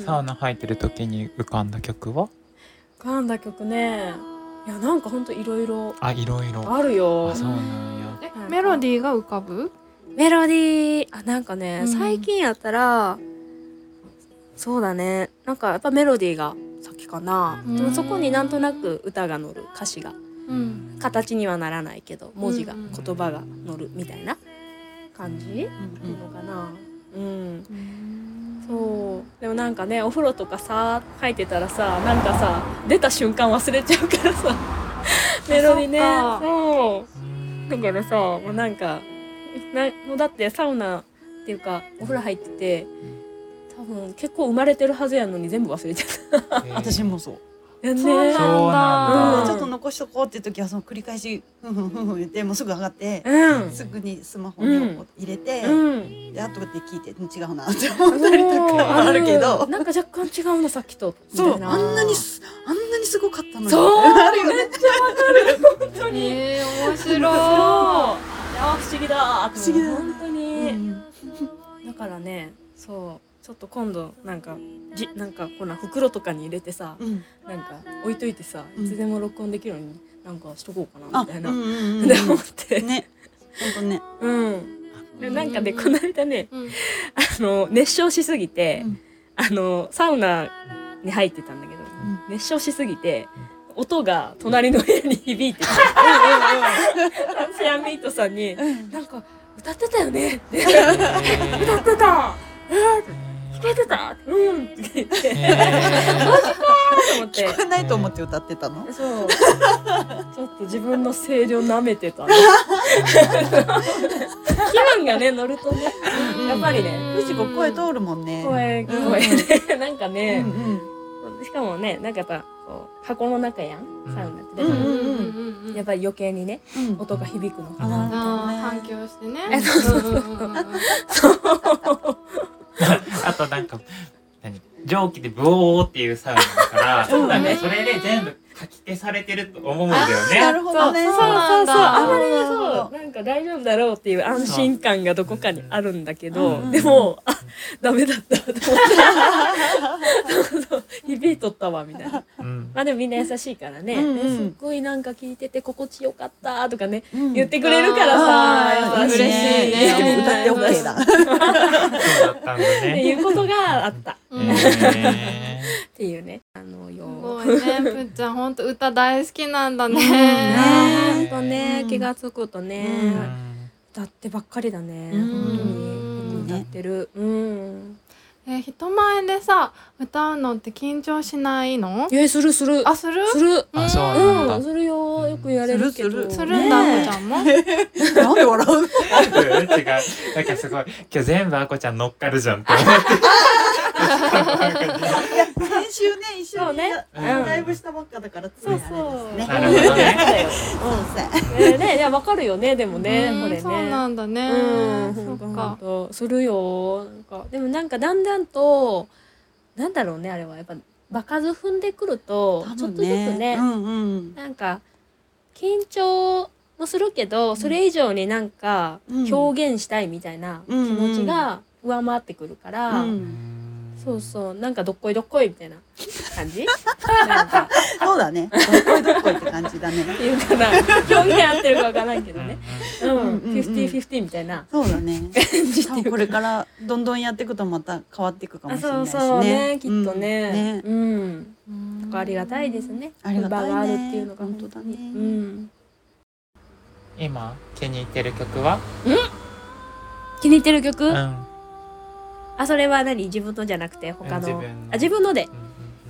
Speaker 4: ん
Speaker 3: サウナ入ってる時に浮かんだ曲は
Speaker 4: 浮かんだ曲ねいやなんかほんといろいろ
Speaker 3: あいろいろ
Speaker 4: あるよ
Speaker 3: あそうなんや
Speaker 1: えメロディーが浮かぶ
Speaker 4: メロディーあなんかね、
Speaker 1: うん
Speaker 4: 最近やったらそうだねなんかやっぱメロディーが先かな、
Speaker 1: うん
Speaker 4: でもそこになんとなく歌が乗る歌詞が
Speaker 1: うん
Speaker 4: 形にはならないけど文字が、
Speaker 1: うん
Speaker 4: 言葉が乗るみたいな感じ、っていうのかなうんそうでもなんかねお風呂とかさ入ってたらさなんかさ出た瞬間忘れちゃうから さメロディーね
Speaker 1: そっか
Speaker 4: そうだからさもうなんかなもうだってサウナっていうかお風呂入ってて多分結構生まれてるはずやのに全部忘れて た。
Speaker 2: 私
Speaker 3: も
Speaker 2: もそう。
Speaker 4: ね
Speaker 1: そうなんだ
Speaker 3: そうなん
Speaker 4: うん
Speaker 3: だ
Speaker 2: ちょっと残しとこうっていう時はその繰り返しふんふんふんふん言ってもうすぐ上がって、
Speaker 4: うん
Speaker 2: すぐにスマホに
Speaker 4: うん
Speaker 2: 入れて、
Speaker 4: うん、
Speaker 2: で後で聞いて違うなって 思ったりとかもあるけど。
Speaker 4: なんか若干違うなさっきとみた
Speaker 2: そ
Speaker 4: いうな
Speaker 2: あんなにすあんなにすごかったのに
Speaker 4: そう
Speaker 2: ある よね
Speaker 4: 本当に、
Speaker 1: えー、面
Speaker 4: そうい
Speaker 1: 白い
Speaker 4: や不思議だ
Speaker 2: 不思議だ
Speaker 4: 本当
Speaker 2: う
Speaker 4: に、
Speaker 2: ん
Speaker 4: だからねそうちょっと今度なんかじなんかこんな袋とかに入れてさ
Speaker 2: うん
Speaker 4: なんか置いといてさ
Speaker 2: うん
Speaker 4: いつでも録音できるようになんかしとこうかな
Speaker 2: あ
Speaker 4: みたいな、
Speaker 2: うんうんうん
Speaker 4: で思って
Speaker 2: ね本当ね
Speaker 4: うんでなんかね
Speaker 1: うん
Speaker 4: この間ね
Speaker 1: うん
Speaker 4: あの熱唱しすぎて、
Speaker 2: うん
Speaker 4: あのサウナに入ってたんだけど、熱唱しすぎて音が隣の部屋に響いてて シアンミートさんに「なんか歌ってたよね」って 歌ってた聞こえてたうん」って言ってと思っ
Speaker 2: 聞
Speaker 4: て
Speaker 2: こえないと思って歌ってたの
Speaker 4: そうちょっと自分の声量舐めてたね気分がね乗るとねやっぱりね
Speaker 2: 藤子声通るもんね
Speaker 4: 声
Speaker 2: うん
Speaker 4: 声で なんか
Speaker 2: う
Speaker 4: ね
Speaker 2: んうん
Speaker 4: しかもねなんかやっぱこう箱の中やんサウナってだ
Speaker 2: う
Speaker 4: か
Speaker 2: んうんうん
Speaker 1: うんうん
Speaker 4: らやっぱり余計にね
Speaker 2: うん
Speaker 4: 音が響くのか
Speaker 3: あ
Speaker 4: な
Speaker 3: なん
Speaker 1: あー
Speaker 2: ね
Speaker 1: 反響してね。
Speaker 4: えそうそうそう
Speaker 1: ん
Speaker 4: ん
Speaker 1: んん
Speaker 3: あとなんか何蒸気でブオーっていうサウナだから
Speaker 2: うん
Speaker 3: なんかそれで全部書き消されてると思うんだ
Speaker 2: な
Speaker 3: よね
Speaker 2: るほどね
Speaker 1: そうなんだ
Speaker 4: そうそうあまり
Speaker 2: な
Speaker 4: ね
Speaker 2: るほ
Speaker 4: そ
Speaker 2: ど
Speaker 4: うなんか大丈夫だろうっていう安心感がどこかにあるんだけど、
Speaker 2: うん
Speaker 4: でもあダメだったと 思ってそうそう響いとったわみたいな
Speaker 3: うん
Speaker 4: まあでもみんな優しいからね、
Speaker 2: うんうん
Speaker 4: すっごいなんか聞いてて心地よかったとかね、
Speaker 2: うん
Speaker 4: 言ってくれるから
Speaker 1: あー
Speaker 4: さ優しい
Speaker 1: 嬉しいね
Speaker 2: でも歌って OK だ
Speaker 3: そうだったんだ
Speaker 4: って
Speaker 3: ね
Speaker 4: いうことがあったっ
Speaker 1: うん
Speaker 3: え
Speaker 4: ていうねあのよ
Speaker 1: すごいね、ぷっちゃん、本当歌大好きなんだね。
Speaker 2: ね
Speaker 4: ね、ほんとね、
Speaker 2: うん
Speaker 4: 気がつくとね、
Speaker 2: う
Speaker 3: ーうんん
Speaker 4: 歌ってばっかりだね、
Speaker 2: うん
Speaker 4: 本当に歌ってるうん
Speaker 1: えー人前でさ歌うのって緊張しないの
Speaker 4: えーするする
Speaker 1: あする
Speaker 4: する
Speaker 3: あそうなんだ
Speaker 4: うんするよよく言われるけど
Speaker 2: する
Speaker 1: するんだ、
Speaker 4: ねえ
Speaker 1: ふーちゃんも
Speaker 2: なんで笑う
Speaker 3: 違うなんかすごい今日全部あこちゃん乗っかるじゃんって思って
Speaker 2: 先週ね、一
Speaker 3: そ
Speaker 2: 緒にね、
Speaker 3: うねうん
Speaker 2: ライブしたばっかだから、ついあれですね。
Speaker 3: なるほど ね
Speaker 2: そう
Speaker 4: ねねいやわかるよねでもね
Speaker 1: うん
Speaker 4: これね
Speaker 1: そうなんだね、
Speaker 4: うん
Speaker 1: そ
Speaker 4: ほ
Speaker 1: っ
Speaker 4: んと
Speaker 1: か
Speaker 4: ほんとするよなんかでもなんかだんだんとなんだろうねあれはやっぱ場数踏んでくるとちょっとずつね、
Speaker 2: うんうん。
Speaker 4: なんか緊張もするけどそれ以上になんか
Speaker 2: うん
Speaker 4: 表現したいみたいな気持ちが上回ってくるから、
Speaker 2: うん
Speaker 4: そうそうなんかどっこいどっこいみたいな感じ なんか
Speaker 2: そうだね。どっこいどっこいって感じだね。
Speaker 4: っていうかな表現合ってるかわからんけどねうん
Speaker 2: うんうんうん
Speaker 4: 50-50みたいな
Speaker 2: そうだね。
Speaker 4: 感じっ
Speaker 2: 多
Speaker 4: てい
Speaker 2: 分
Speaker 4: う
Speaker 2: これからどんどんやっていくとまた変わっていくかも
Speaker 4: あ
Speaker 2: しれ
Speaker 4: そう
Speaker 2: ないしね。
Speaker 4: そうねきっと
Speaker 2: うん
Speaker 4: ね
Speaker 2: ね
Speaker 4: うん
Speaker 1: うん
Speaker 4: とかありがたいですね
Speaker 2: ありがたいね
Speaker 4: 場があるっていうのが
Speaker 2: 本当だ
Speaker 4: 本当
Speaker 2: ね
Speaker 4: にうん
Speaker 3: 今気に入ってる曲は
Speaker 4: 気に入ってる曲
Speaker 3: うん
Speaker 4: あそれは何自分のじゃなくて他の
Speaker 3: うん自分の
Speaker 4: あ自分ので
Speaker 3: うんうん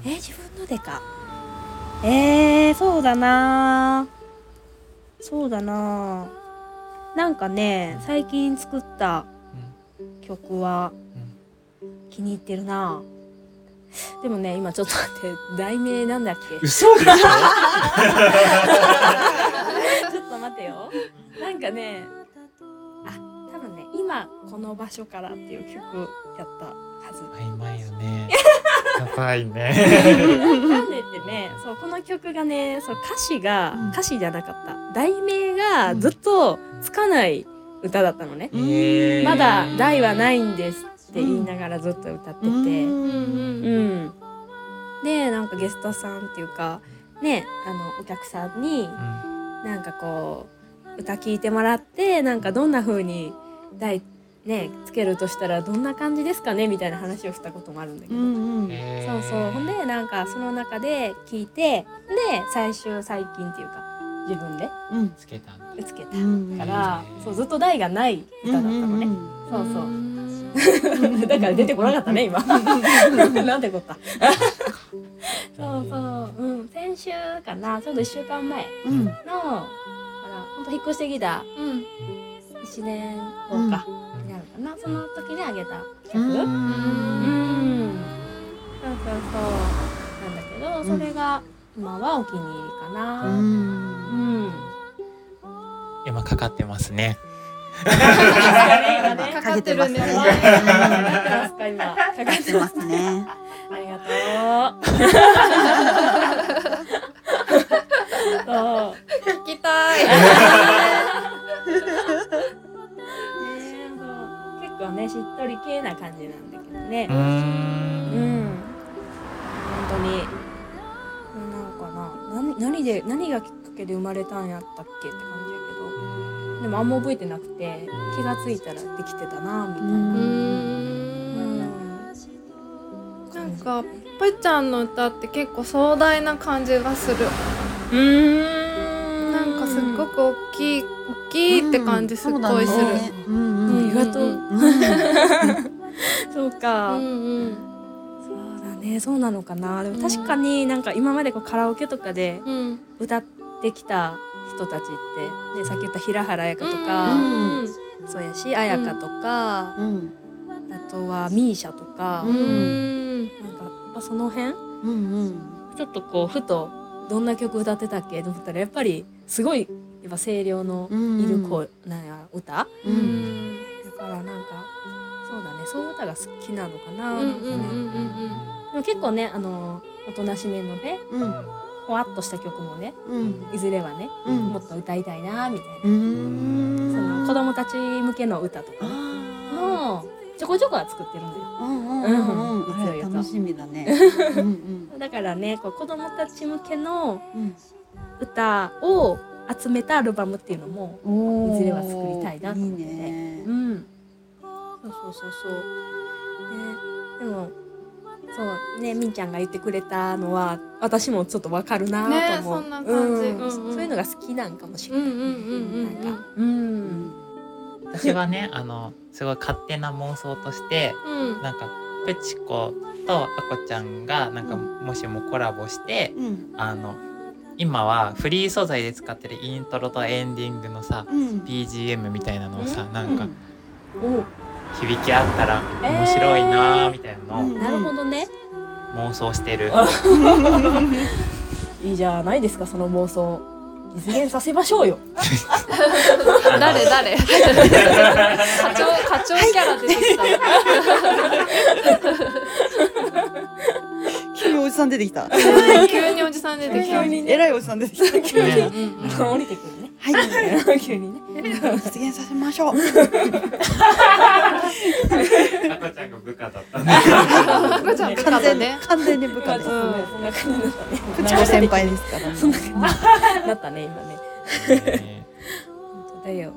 Speaker 4: えー自分のでかえー、そうだなそうだななんかね最近作った曲は気に入ってるなでもね今ちょっと待って題名なんだっけ
Speaker 3: 嘘 でしょ
Speaker 4: ちょっと待ってよ。なんかね、あ、多分ね、今この場所からっていう曲やったはず。
Speaker 3: 曖昧よね やばいね
Speaker 4: なんでってね、そうこの曲がね、そう歌詞が
Speaker 2: うん
Speaker 4: 歌詞じゃなかった。題名がずっとつかない歌だったのね。
Speaker 3: えー
Speaker 4: まだ題はないんですって言いながらずっと歌ってて。
Speaker 1: うんうん
Speaker 4: うん、でなんかゲストさんっていうかねあのお客さんに
Speaker 3: うん
Speaker 4: なんかこう歌聴いてもらってなんかどんな風に題ねつけるとしたらどんな感じですかねみたいな話をしたこともあるんだけど、
Speaker 2: うんうん。
Speaker 3: え
Speaker 4: そう
Speaker 3: ー
Speaker 4: そうほんでなんかその中で聞いてで最終最近っていうか自分で
Speaker 2: うん
Speaker 3: つけたんだ
Speaker 4: つけた
Speaker 2: うん
Speaker 4: から、
Speaker 3: うん
Speaker 4: そうずっと題がない歌だったのね、そうそううん だから出てこなかったね今なんてこったそうそう、うん、先週かな、ちょうど一週間前
Speaker 2: うん
Speaker 4: の、ほら、本当引っ越してきた
Speaker 1: うん
Speaker 4: 一年後か、になるかな、その時にあげた曲。うん、
Speaker 2: うん
Speaker 4: そうそうそう、なんだけど、それが、今はお気に入りか
Speaker 2: う
Speaker 4: な。うんん、
Speaker 3: 今かかってますね
Speaker 4: 今ね
Speaker 1: かかってるんですね
Speaker 2: かけてます
Speaker 4: か
Speaker 2: ね
Speaker 4: かってますか、今。かか ってま
Speaker 2: かけてますね。
Speaker 4: ありがとう。そう。
Speaker 1: 聞きたい
Speaker 4: ねそう結構ねしっとり系な感じなんだけどね
Speaker 3: うー
Speaker 4: うん
Speaker 3: ん
Speaker 4: 本当になんかな何何で何がきっかけで生まれたんやったっけって感じやけどでもあんま覚えてなくて気がついたらできてたなみたいな、
Speaker 1: うー
Speaker 4: うんん
Speaker 1: なんかぷっちゃんの歌って結構壮大な感じがする
Speaker 4: うん
Speaker 1: なんかすっごく大きい大きいって感じすっごいする
Speaker 2: そうだねうん
Speaker 4: うん
Speaker 2: う
Speaker 4: 意
Speaker 2: ん。
Speaker 4: 外と、
Speaker 1: うん
Speaker 4: そう
Speaker 1: う
Speaker 4: か、
Speaker 1: ん
Speaker 4: そうだねそうなのかなでも確かになんか今までこうカラオケとかで
Speaker 1: うんうん
Speaker 4: 歌ってきた人たちって、ね、さっき言った平原綾香とか、
Speaker 1: うん
Speaker 4: そうやし綾香とか、
Speaker 2: うん
Speaker 4: あとはミーシャとか、
Speaker 2: うん
Speaker 1: うん
Speaker 4: なんかやっぱその辺
Speaker 2: うんうん。
Speaker 4: ちょっとこうふとどんな曲歌ってたっけと思ったらやっぱりすごいやっぱ声量のいる子なんや歌、
Speaker 1: う
Speaker 2: うん
Speaker 1: ん
Speaker 4: だからなんかそうだねそういう歌が好きなのかな、
Speaker 1: うんうんうん
Speaker 4: でも結構ねあのおとなしめのね
Speaker 2: うんうん
Speaker 4: ほわっとした曲もね
Speaker 2: うん
Speaker 4: いずれはね、
Speaker 2: うん
Speaker 4: もっと歌いたいなみたいな。
Speaker 2: うん。
Speaker 4: その子供たち向けの歌とかね
Speaker 2: あ
Speaker 4: もうちょこちょこは作ってるんだよ
Speaker 2: あ。うんうんうん
Speaker 4: うん
Speaker 2: うん。楽しみだね。うんうん
Speaker 4: だからねこう子供たち向けの
Speaker 2: うん。
Speaker 4: 歌を集めたアルバムっていうのも
Speaker 2: おー
Speaker 4: いずれは作りたいなと
Speaker 2: いい
Speaker 4: 思って
Speaker 2: ね
Speaker 4: う。んそうそうそうそうねでもそうねみんちゃんが言ってくれたのは私もちょっとわかるな
Speaker 1: ね
Speaker 4: と思う、
Speaker 1: そんな感じ
Speaker 4: うん
Speaker 1: うんうん
Speaker 4: そういうのが好きなんかもし
Speaker 1: う
Speaker 4: れない、
Speaker 1: んうんうんうん
Speaker 4: なんかうん
Speaker 3: 私はねあのすごい勝手な妄想として
Speaker 1: うん
Speaker 3: なんかプチコとあこちゃんがなんかもしもコラボして
Speaker 2: うん
Speaker 3: あの今はフリー素材で使ってるイントロとエンディングのさ
Speaker 2: うん
Speaker 3: BGM みたいなのをさなんか
Speaker 4: お
Speaker 3: 響き合ったら面白いなーみたいなのを
Speaker 4: なるほどね
Speaker 3: 妄想して る、
Speaker 4: いいじゃないですかその妄想実現させましょうよ
Speaker 6: 誰誰課長課長キャラ出てきた。
Speaker 2: 急におじさん
Speaker 6: 急におじさん出
Speaker 2: 出てきた。
Speaker 6: てきた。
Speaker 4: に
Speaker 2: えらいおじさん出てきた。
Speaker 3: ね
Speaker 6: うんうん
Speaker 4: 降りてくるね
Speaker 2: はい。
Speaker 4: 急にね
Speaker 2: 実現させましょ
Speaker 3: あ
Speaker 2: う。
Speaker 3: こちゃんが部下だったね
Speaker 6: 赤ちゃん部下
Speaker 2: 完
Speaker 6: だ
Speaker 2: 全に
Speaker 6: ね。
Speaker 2: 完全に部
Speaker 4: ま
Speaker 2: 下
Speaker 4: あ
Speaker 2: で
Speaker 4: ち
Speaker 2: す
Speaker 4: ょ。っとねそんな感じだったね
Speaker 2: プチコ 先輩ですからね。
Speaker 4: なったね今ねだよ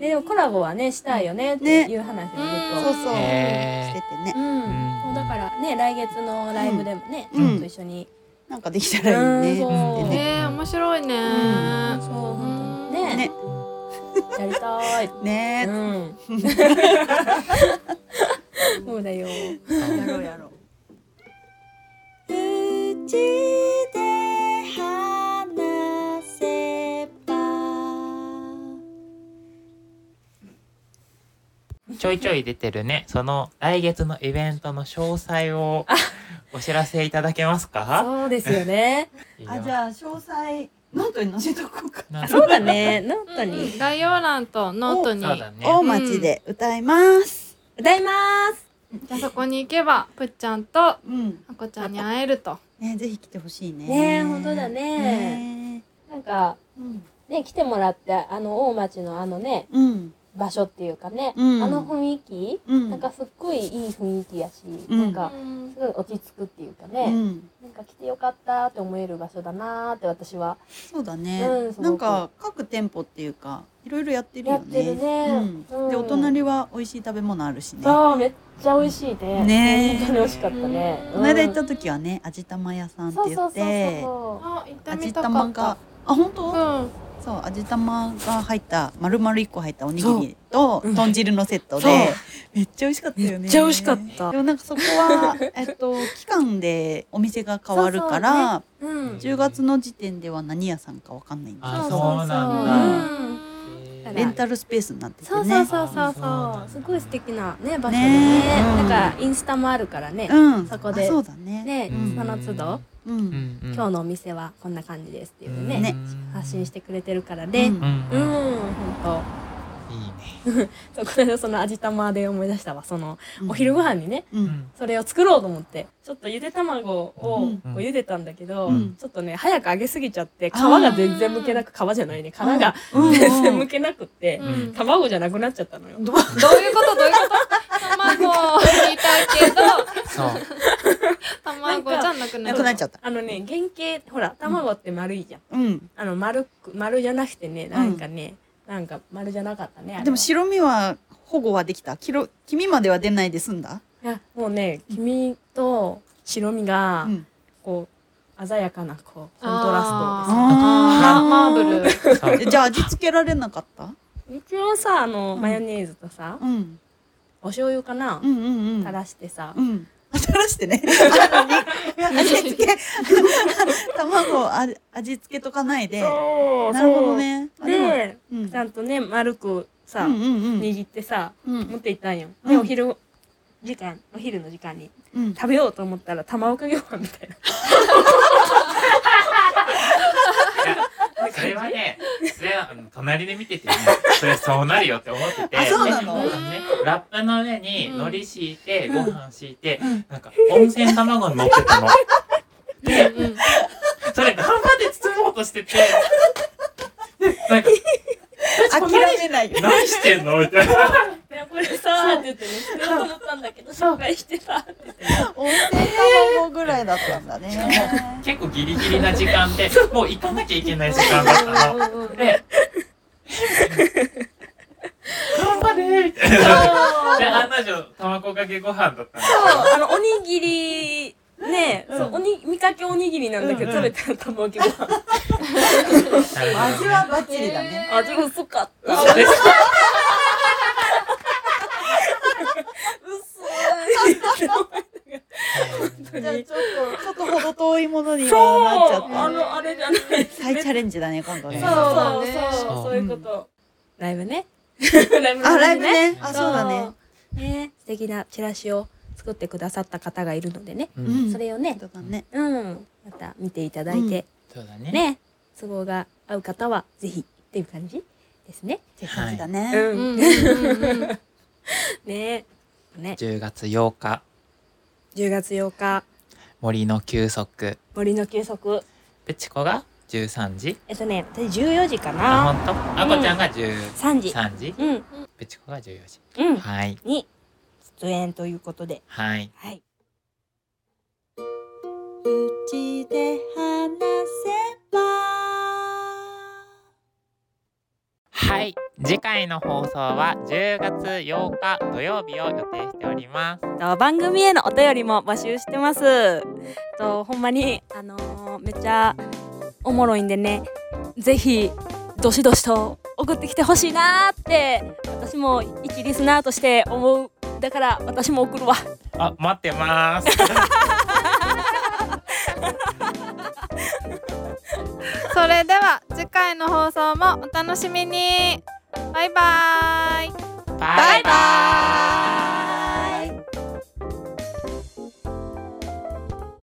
Speaker 4: ででもコラボはねしたいよねっていう話をずっ
Speaker 6: うん
Speaker 2: そうそう。して
Speaker 3: へー
Speaker 2: てね
Speaker 4: と。うん
Speaker 3: ん
Speaker 4: そうだからね来月のライブでもね、
Speaker 2: うん
Speaker 4: ちょっと一緒に、
Speaker 2: なんかできたらいいね。
Speaker 4: うんそう
Speaker 2: ってね
Speaker 6: ねえ面白いね。
Speaker 4: そう本当にね
Speaker 2: ね
Speaker 4: やりたい、
Speaker 2: ね
Speaker 4: う。んそうだよ
Speaker 2: やろうやろう。
Speaker 7: うちで話せば
Speaker 3: ちょいちょい出てるねその来月のイベントの詳細をお知らせいただけますか
Speaker 4: そうですよね
Speaker 2: あじゃあ詳細ノートに載せとこうか。
Speaker 3: あ
Speaker 4: そうだねノートに
Speaker 6: 概要欄とノートに
Speaker 3: そうだね
Speaker 2: 大町で歌います。
Speaker 4: 歌います
Speaker 6: じゃあそこに行けばぷっちゃんとあ
Speaker 2: うん。
Speaker 6: こちゃんに会えると。
Speaker 2: ねぜひ来てほしいね。
Speaker 4: ねえ本当だね
Speaker 2: ね
Speaker 4: なんか
Speaker 2: うん
Speaker 4: ね来てもらってあの大町のあのね
Speaker 2: うん
Speaker 4: 場所っていうかね、
Speaker 2: うん
Speaker 4: あの雰囲気、
Speaker 2: うん。
Speaker 4: なんかすっごいいい雰囲気やし、
Speaker 2: うん
Speaker 4: なんか
Speaker 6: うん
Speaker 4: すごい落ち着くっていうか
Speaker 2: う
Speaker 4: ね、
Speaker 2: ん。
Speaker 4: なんか来てよかったって思える場所だなーって私は
Speaker 2: そうだね、
Speaker 4: うんすごく
Speaker 2: なんか各店舗っていうかいろいろやってるよね
Speaker 4: やってるね
Speaker 2: うん
Speaker 4: うん
Speaker 2: でお隣は美味しい食べ物あるしね
Speaker 4: ああめっちゃ美味しいね。
Speaker 2: ね
Speaker 4: 本当に美味しかったね。
Speaker 2: この間行った時はね味玉屋さんって
Speaker 4: そう
Speaker 2: 言
Speaker 4: そうそうそう。
Speaker 2: って
Speaker 6: あ行ってみ
Speaker 2: 味
Speaker 6: たか
Speaker 2: 玉
Speaker 6: っ
Speaker 2: が
Speaker 6: た。
Speaker 2: あ本当、
Speaker 6: うん。
Speaker 2: そう味玉が入った丸々一個入ったおにぎりと
Speaker 4: うん
Speaker 2: 豚汁のセット
Speaker 4: そう
Speaker 2: でめっちゃ美味しかったよね
Speaker 4: めっちゃ美味しかった
Speaker 2: でもなんかそこは えっと期間でお店が変わるから、
Speaker 4: うん。
Speaker 2: 10月の時点では何屋さんかわかんないんだ
Speaker 3: あ
Speaker 2: け
Speaker 3: そう
Speaker 2: ど
Speaker 3: なん
Speaker 4: うん
Speaker 3: だ、
Speaker 4: そう
Speaker 2: レンタルスペースになっててね
Speaker 4: そうそうそう
Speaker 3: そ
Speaker 4: そう
Speaker 3: うなん
Speaker 4: そう。
Speaker 3: だ
Speaker 4: すごい素敵なね場所で
Speaker 2: ね
Speaker 4: ね。
Speaker 2: うん
Speaker 4: なんかインスタもあるからね。
Speaker 2: うん、
Speaker 4: そこで
Speaker 2: あそうだね。
Speaker 4: ね
Speaker 3: うん
Speaker 4: その都度
Speaker 3: う
Speaker 2: う、
Speaker 3: んんうん
Speaker 4: 今日のお店はこんな感じですっていう
Speaker 2: ね
Speaker 4: ね発信してくれてるからね。
Speaker 2: うん
Speaker 3: うん
Speaker 4: う
Speaker 3: うんん、
Speaker 4: 本
Speaker 3: いいね
Speaker 4: 当。そうこの 間その味玉で思い出したわ。そのお昼ご飯にね。
Speaker 2: う、
Speaker 3: うんん
Speaker 4: それを作ろうと思ってちょっとゆで卵をこ
Speaker 3: うん
Speaker 4: う茹でたんだけど、
Speaker 2: うん
Speaker 4: ちょっとね早く揚げすぎちゃって皮が全然むけなく皮じゃないね殻が
Speaker 2: うん
Speaker 4: 全然むけなくって
Speaker 6: う、ん。 ど
Speaker 4: 卵じゃなくなっちゃったのよ。
Speaker 6: ういうことどういうこと？卵を見たけど
Speaker 3: そう
Speaker 6: 卵じゃなくな
Speaker 2: な
Speaker 6: る。
Speaker 2: くなっちゃった。
Speaker 4: あのね原型ほら卵って丸いじゃん。
Speaker 2: うん、
Speaker 4: あの丸く丸じゃなくてねなんかね、なんか丸じゃなかったねあれは
Speaker 2: でも白身は保護はできた。黄色黄身までは出ないで済んだ。
Speaker 4: いやもうね黄身と白身が
Speaker 2: うん、
Speaker 4: こう鮮やかなこうコントラストでさ。
Speaker 6: あーマーブル。
Speaker 3: そう
Speaker 2: ル。じゃあ味付けられなかった？
Speaker 4: 一応さあの
Speaker 2: うん
Speaker 4: マヨネーズとさ、
Speaker 2: うん、
Speaker 4: お醤油かな、
Speaker 2: うんうんうん。
Speaker 4: 垂らしてさ、
Speaker 2: うん。垂らして ね。あの味付け、 卵をあ味付けとかないで。
Speaker 4: そう
Speaker 2: なるほどね。あも
Speaker 4: で、
Speaker 2: うん
Speaker 4: ちゃんとね丸くさ、
Speaker 2: うんうんうん
Speaker 4: 握ってさ
Speaker 2: うん
Speaker 4: 持っていったんよ、
Speaker 2: う
Speaker 4: で
Speaker 2: ん
Speaker 4: お昼時間お昼の時間に
Speaker 2: うん。
Speaker 4: 食べようと思ったら卵かけご飯み たいな
Speaker 3: それはね、それはあの隣で見てて ね、それそうなるよって思ってて、
Speaker 2: あそうなの
Speaker 3: ねラップの上に海苔敷いて、
Speaker 2: うん
Speaker 3: ご飯敷いて、
Speaker 2: うん
Speaker 3: なんか温泉卵に乗ってたの。
Speaker 6: うんうん。
Speaker 3: それ頑張って包もうとしてて、なんか、
Speaker 2: 諦めない。
Speaker 3: 何してんのみたいな。
Speaker 4: でこれさーって言ってね作ろうと思ったんだけど紹介してさーって言って
Speaker 2: 温泉卵ぐらいだったんだね。
Speaker 3: 結構ギリギリな時間で、もう行かなきゃいけない時間だったの。で、頑張れみたいな。で、案の定、卵かけご飯だったの。
Speaker 4: あのおにぎりね、
Speaker 2: うん
Speaker 4: そうおに見かけおにぎりなんだけど、
Speaker 2: うんうん
Speaker 4: 食べたら卵かけご 飯
Speaker 3: なるほどね
Speaker 2: 味はバッチリだね。
Speaker 4: 味が薄かった
Speaker 3: 嘘です
Speaker 4: 薄い
Speaker 2: ゃあ
Speaker 4: に
Speaker 2: ちょっと、ちょっとほど遠いものに
Speaker 4: そ
Speaker 2: 今
Speaker 4: う
Speaker 2: なっちゃった。
Speaker 4: あのあれじゃないです
Speaker 2: 再チャレンジだね、今度ね。
Speaker 4: そう
Speaker 3: そ
Speaker 4: そ
Speaker 6: そ
Speaker 4: うそう
Speaker 3: う
Speaker 4: そういうことライブね ライブ
Speaker 2: あ、ライブね。あ、そうだね。
Speaker 4: ねね素敵なチラシを作ってくださった方がいるのでね、
Speaker 3: うん
Speaker 4: それをね
Speaker 2: 本当だね。
Speaker 4: うんまた見ていただいて、
Speaker 3: そうだね。
Speaker 4: ね都合が合う方はぜひっていう感じですね
Speaker 2: って感じだ
Speaker 4: う
Speaker 2: ね。
Speaker 1: うんうんうんうん
Speaker 4: ねね
Speaker 3: 10月8日
Speaker 4: 10月8日
Speaker 3: 森の休息
Speaker 4: 森の休息
Speaker 3: ペチコが13時
Speaker 4: えっとね私14時か
Speaker 3: あ
Speaker 4: な
Speaker 3: 本当あこちゃんが13
Speaker 4: 3時
Speaker 3: 時
Speaker 4: うん
Speaker 3: ペチコが14時
Speaker 4: うん
Speaker 3: はい
Speaker 4: に出演ということで
Speaker 3: はい
Speaker 4: はい。
Speaker 2: うちで話せば。
Speaker 3: はい次回の放送は10月8日土曜日を予定しております
Speaker 4: と番組へのお便りも募集してます。とほんまにあのーめっちゃおもろいんでね、ぜひどしどしと送ってきてほしいなーって私も一リスナーとして思う。だから私も送るわ。
Speaker 3: あ待ってます
Speaker 1: それでは次回の放送もお楽しみにバイバイ
Speaker 3: バイバイ